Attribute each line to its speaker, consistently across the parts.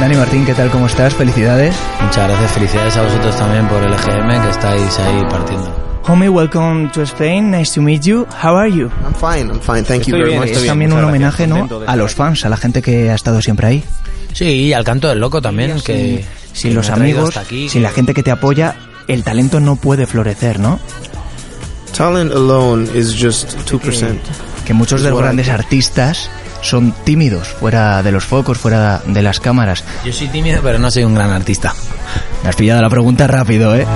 Speaker 1: Dani Martín, ¿qué tal? ¿Cómo estás? Felicidades.
Speaker 2: Muchas gracias, felicidades a vosotros también por el EGM que estáis ahí partiendo.
Speaker 1: Homie, welcome to Spain. Nice to meet you. How are you?
Speaker 3: I'm fine, I'm fine, thank you
Speaker 4: Estoy
Speaker 3: very
Speaker 4: bien,
Speaker 3: much.
Speaker 1: Es
Speaker 4: estoy
Speaker 1: también un
Speaker 4: muchas
Speaker 1: homenaje,
Speaker 4: gracias,
Speaker 1: ¿no?
Speaker 4: contento de
Speaker 1: A
Speaker 4: estar
Speaker 1: los fans, a la gente que ha estado siempre ahí.
Speaker 2: Sí, y al canto del loco también, que
Speaker 1: Sin
Speaker 2: que
Speaker 1: los
Speaker 2: me ha traído
Speaker 1: amigos,
Speaker 2: hasta aquí,
Speaker 1: sin la
Speaker 2: que-
Speaker 1: gente que te apoya, el talento no puede florecer, ¿no?
Speaker 3: Talent alone is just 2%.
Speaker 1: Que muchos de los grandes artistas son tímidos, fuera de los focos, fuera de las cámaras.
Speaker 2: Yo soy tímido, pero no soy un gran artista.
Speaker 1: Me has pillado la pregunta rápido, ¿eh?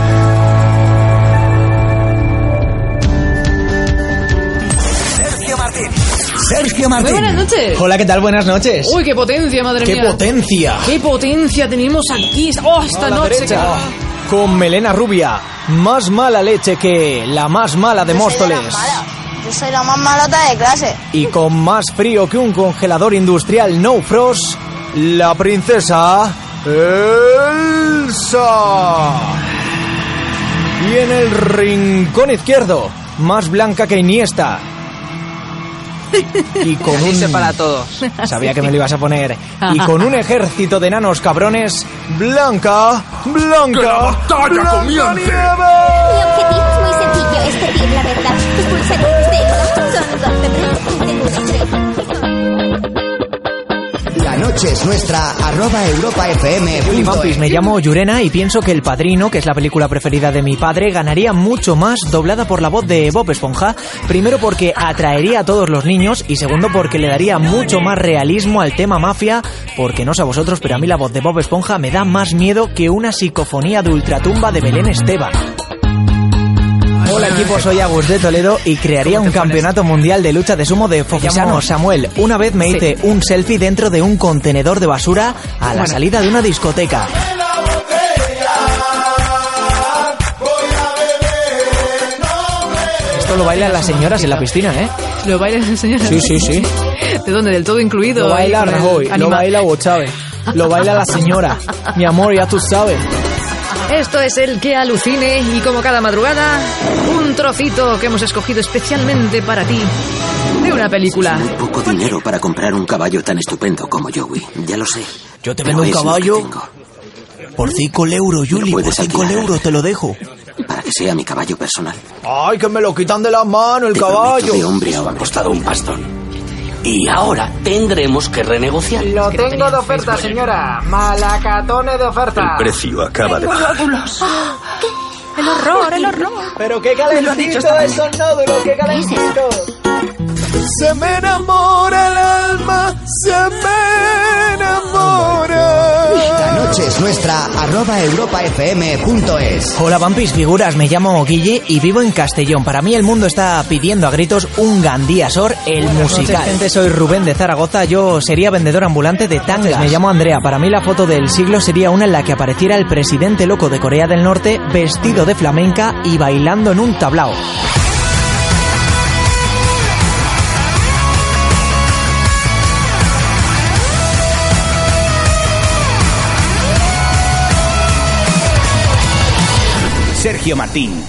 Speaker 2: Sergio Martín.
Speaker 5: Muy buenas noches.
Speaker 2: Hola, ¿qué tal? Buenas noches.
Speaker 5: Uy, qué potencia, madre
Speaker 2: ¡Qué
Speaker 5: mía.
Speaker 2: potencia!
Speaker 5: Qué potencia tenemos aquí. Oh, esta noche. que-
Speaker 2: Con melena rubia, más mala leche que la más mala
Speaker 5: Pues
Speaker 2: de Móstoles.
Speaker 6: Yo soy la más malota de clase.
Speaker 2: Y con más frío que un congelador industrial no frost, la princesa Elsa. Y en el rincón izquierdo, más blanca que Iniesta. Y con un... para todos. Sabía que me lo ibas a poner. Y con un ejército de enanos cabrones, Blanca, Blanca, Blanca Nieves.
Speaker 7: Mi objetivo es muy sencillo, es decir la verdad. Expulsar un misterio, son un golpe breve, de una estrella.
Speaker 8: La noche es nuestra, arroba europafm.es.
Speaker 2: Mampis, Eh, me llamo Yurena y pienso que El Padrino, que es la película preferida de mi padre, ganaría mucho más doblada por la voz de Bob Esponja. Primero porque atraería a todos los niños y segundo porque le daría mucho más realismo al tema mafia, porque no sé a vosotros, pero a mí la voz de Bob Esponja me da más miedo que una psicofonía de ultratumba de Belén Esteban. Hola equipo, soy Agus de Toledo y crearía un campeonato mundial de lucha de sumo de Fofisano. Samuel, una vez me hice un selfie dentro de un contenedor de basura a la salida de una discoteca. Esto lo bailan las señoras en la piscina, ¿eh?
Speaker 5: Lo baila el señor.
Speaker 2: Sí, sí, sí.
Speaker 5: ¿De dónde? Del todo incluido.
Speaker 2: Lo baila
Speaker 5: Ahí con el
Speaker 2: Rajoy, lo
Speaker 5: animal.
Speaker 2: baila Hugo Chávez, lo baila la señora. Mi amor, ya tú sabes.
Speaker 5: Esto es el que alucine y como cada madrugada, un trocito que hemos escogido especialmente para ti de una película.
Speaker 9: Poco dinero para comprar un caballo tan estupendo como Joey. Ya lo sé.
Speaker 2: Yo te
Speaker 9: Pero
Speaker 2: vendo un
Speaker 9: es lo que
Speaker 2: caballo.
Speaker 9: tengo.
Speaker 2: Por 5 euros,
Speaker 9: Juli, por cinco euros
Speaker 2: te lo dejo.
Speaker 9: Para que sea mi caballo personal.
Speaker 2: Ay, que me lo quitan de las manos el
Speaker 9: Te
Speaker 2: caballo.
Speaker 9: prometo, De hombre a hombre.
Speaker 10: costado un pastón. Y ahora tendremos que renegociar.
Speaker 4: Lo tengo de oferta, señora. Malacatone de oferta.
Speaker 10: Precio acaba de bajar.
Speaker 11: Ah, ¡El horror, el horror!
Speaker 2: Pero qué calentito esos nódulos, qué calentito.
Speaker 3: Se me enamora el alma, se me enamora.
Speaker 8: La noche es nuestra, arroba europafm.es.
Speaker 2: Hola Pampis Figuras, me llamo Guille y vivo en Castellón. Para mí el mundo está pidiendo a gritos un Gandía Sor, el musical. gente, soy Rubén de Zaragoza, yo sería vendedor ambulante de tangas. Pues Me llamo Andrea, para mí la foto del siglo sería una en la que apareciera el presidente loco de Corea del Norte vestido de flamenca y bailando en un tablao.
Speaker 4: Sergio Martín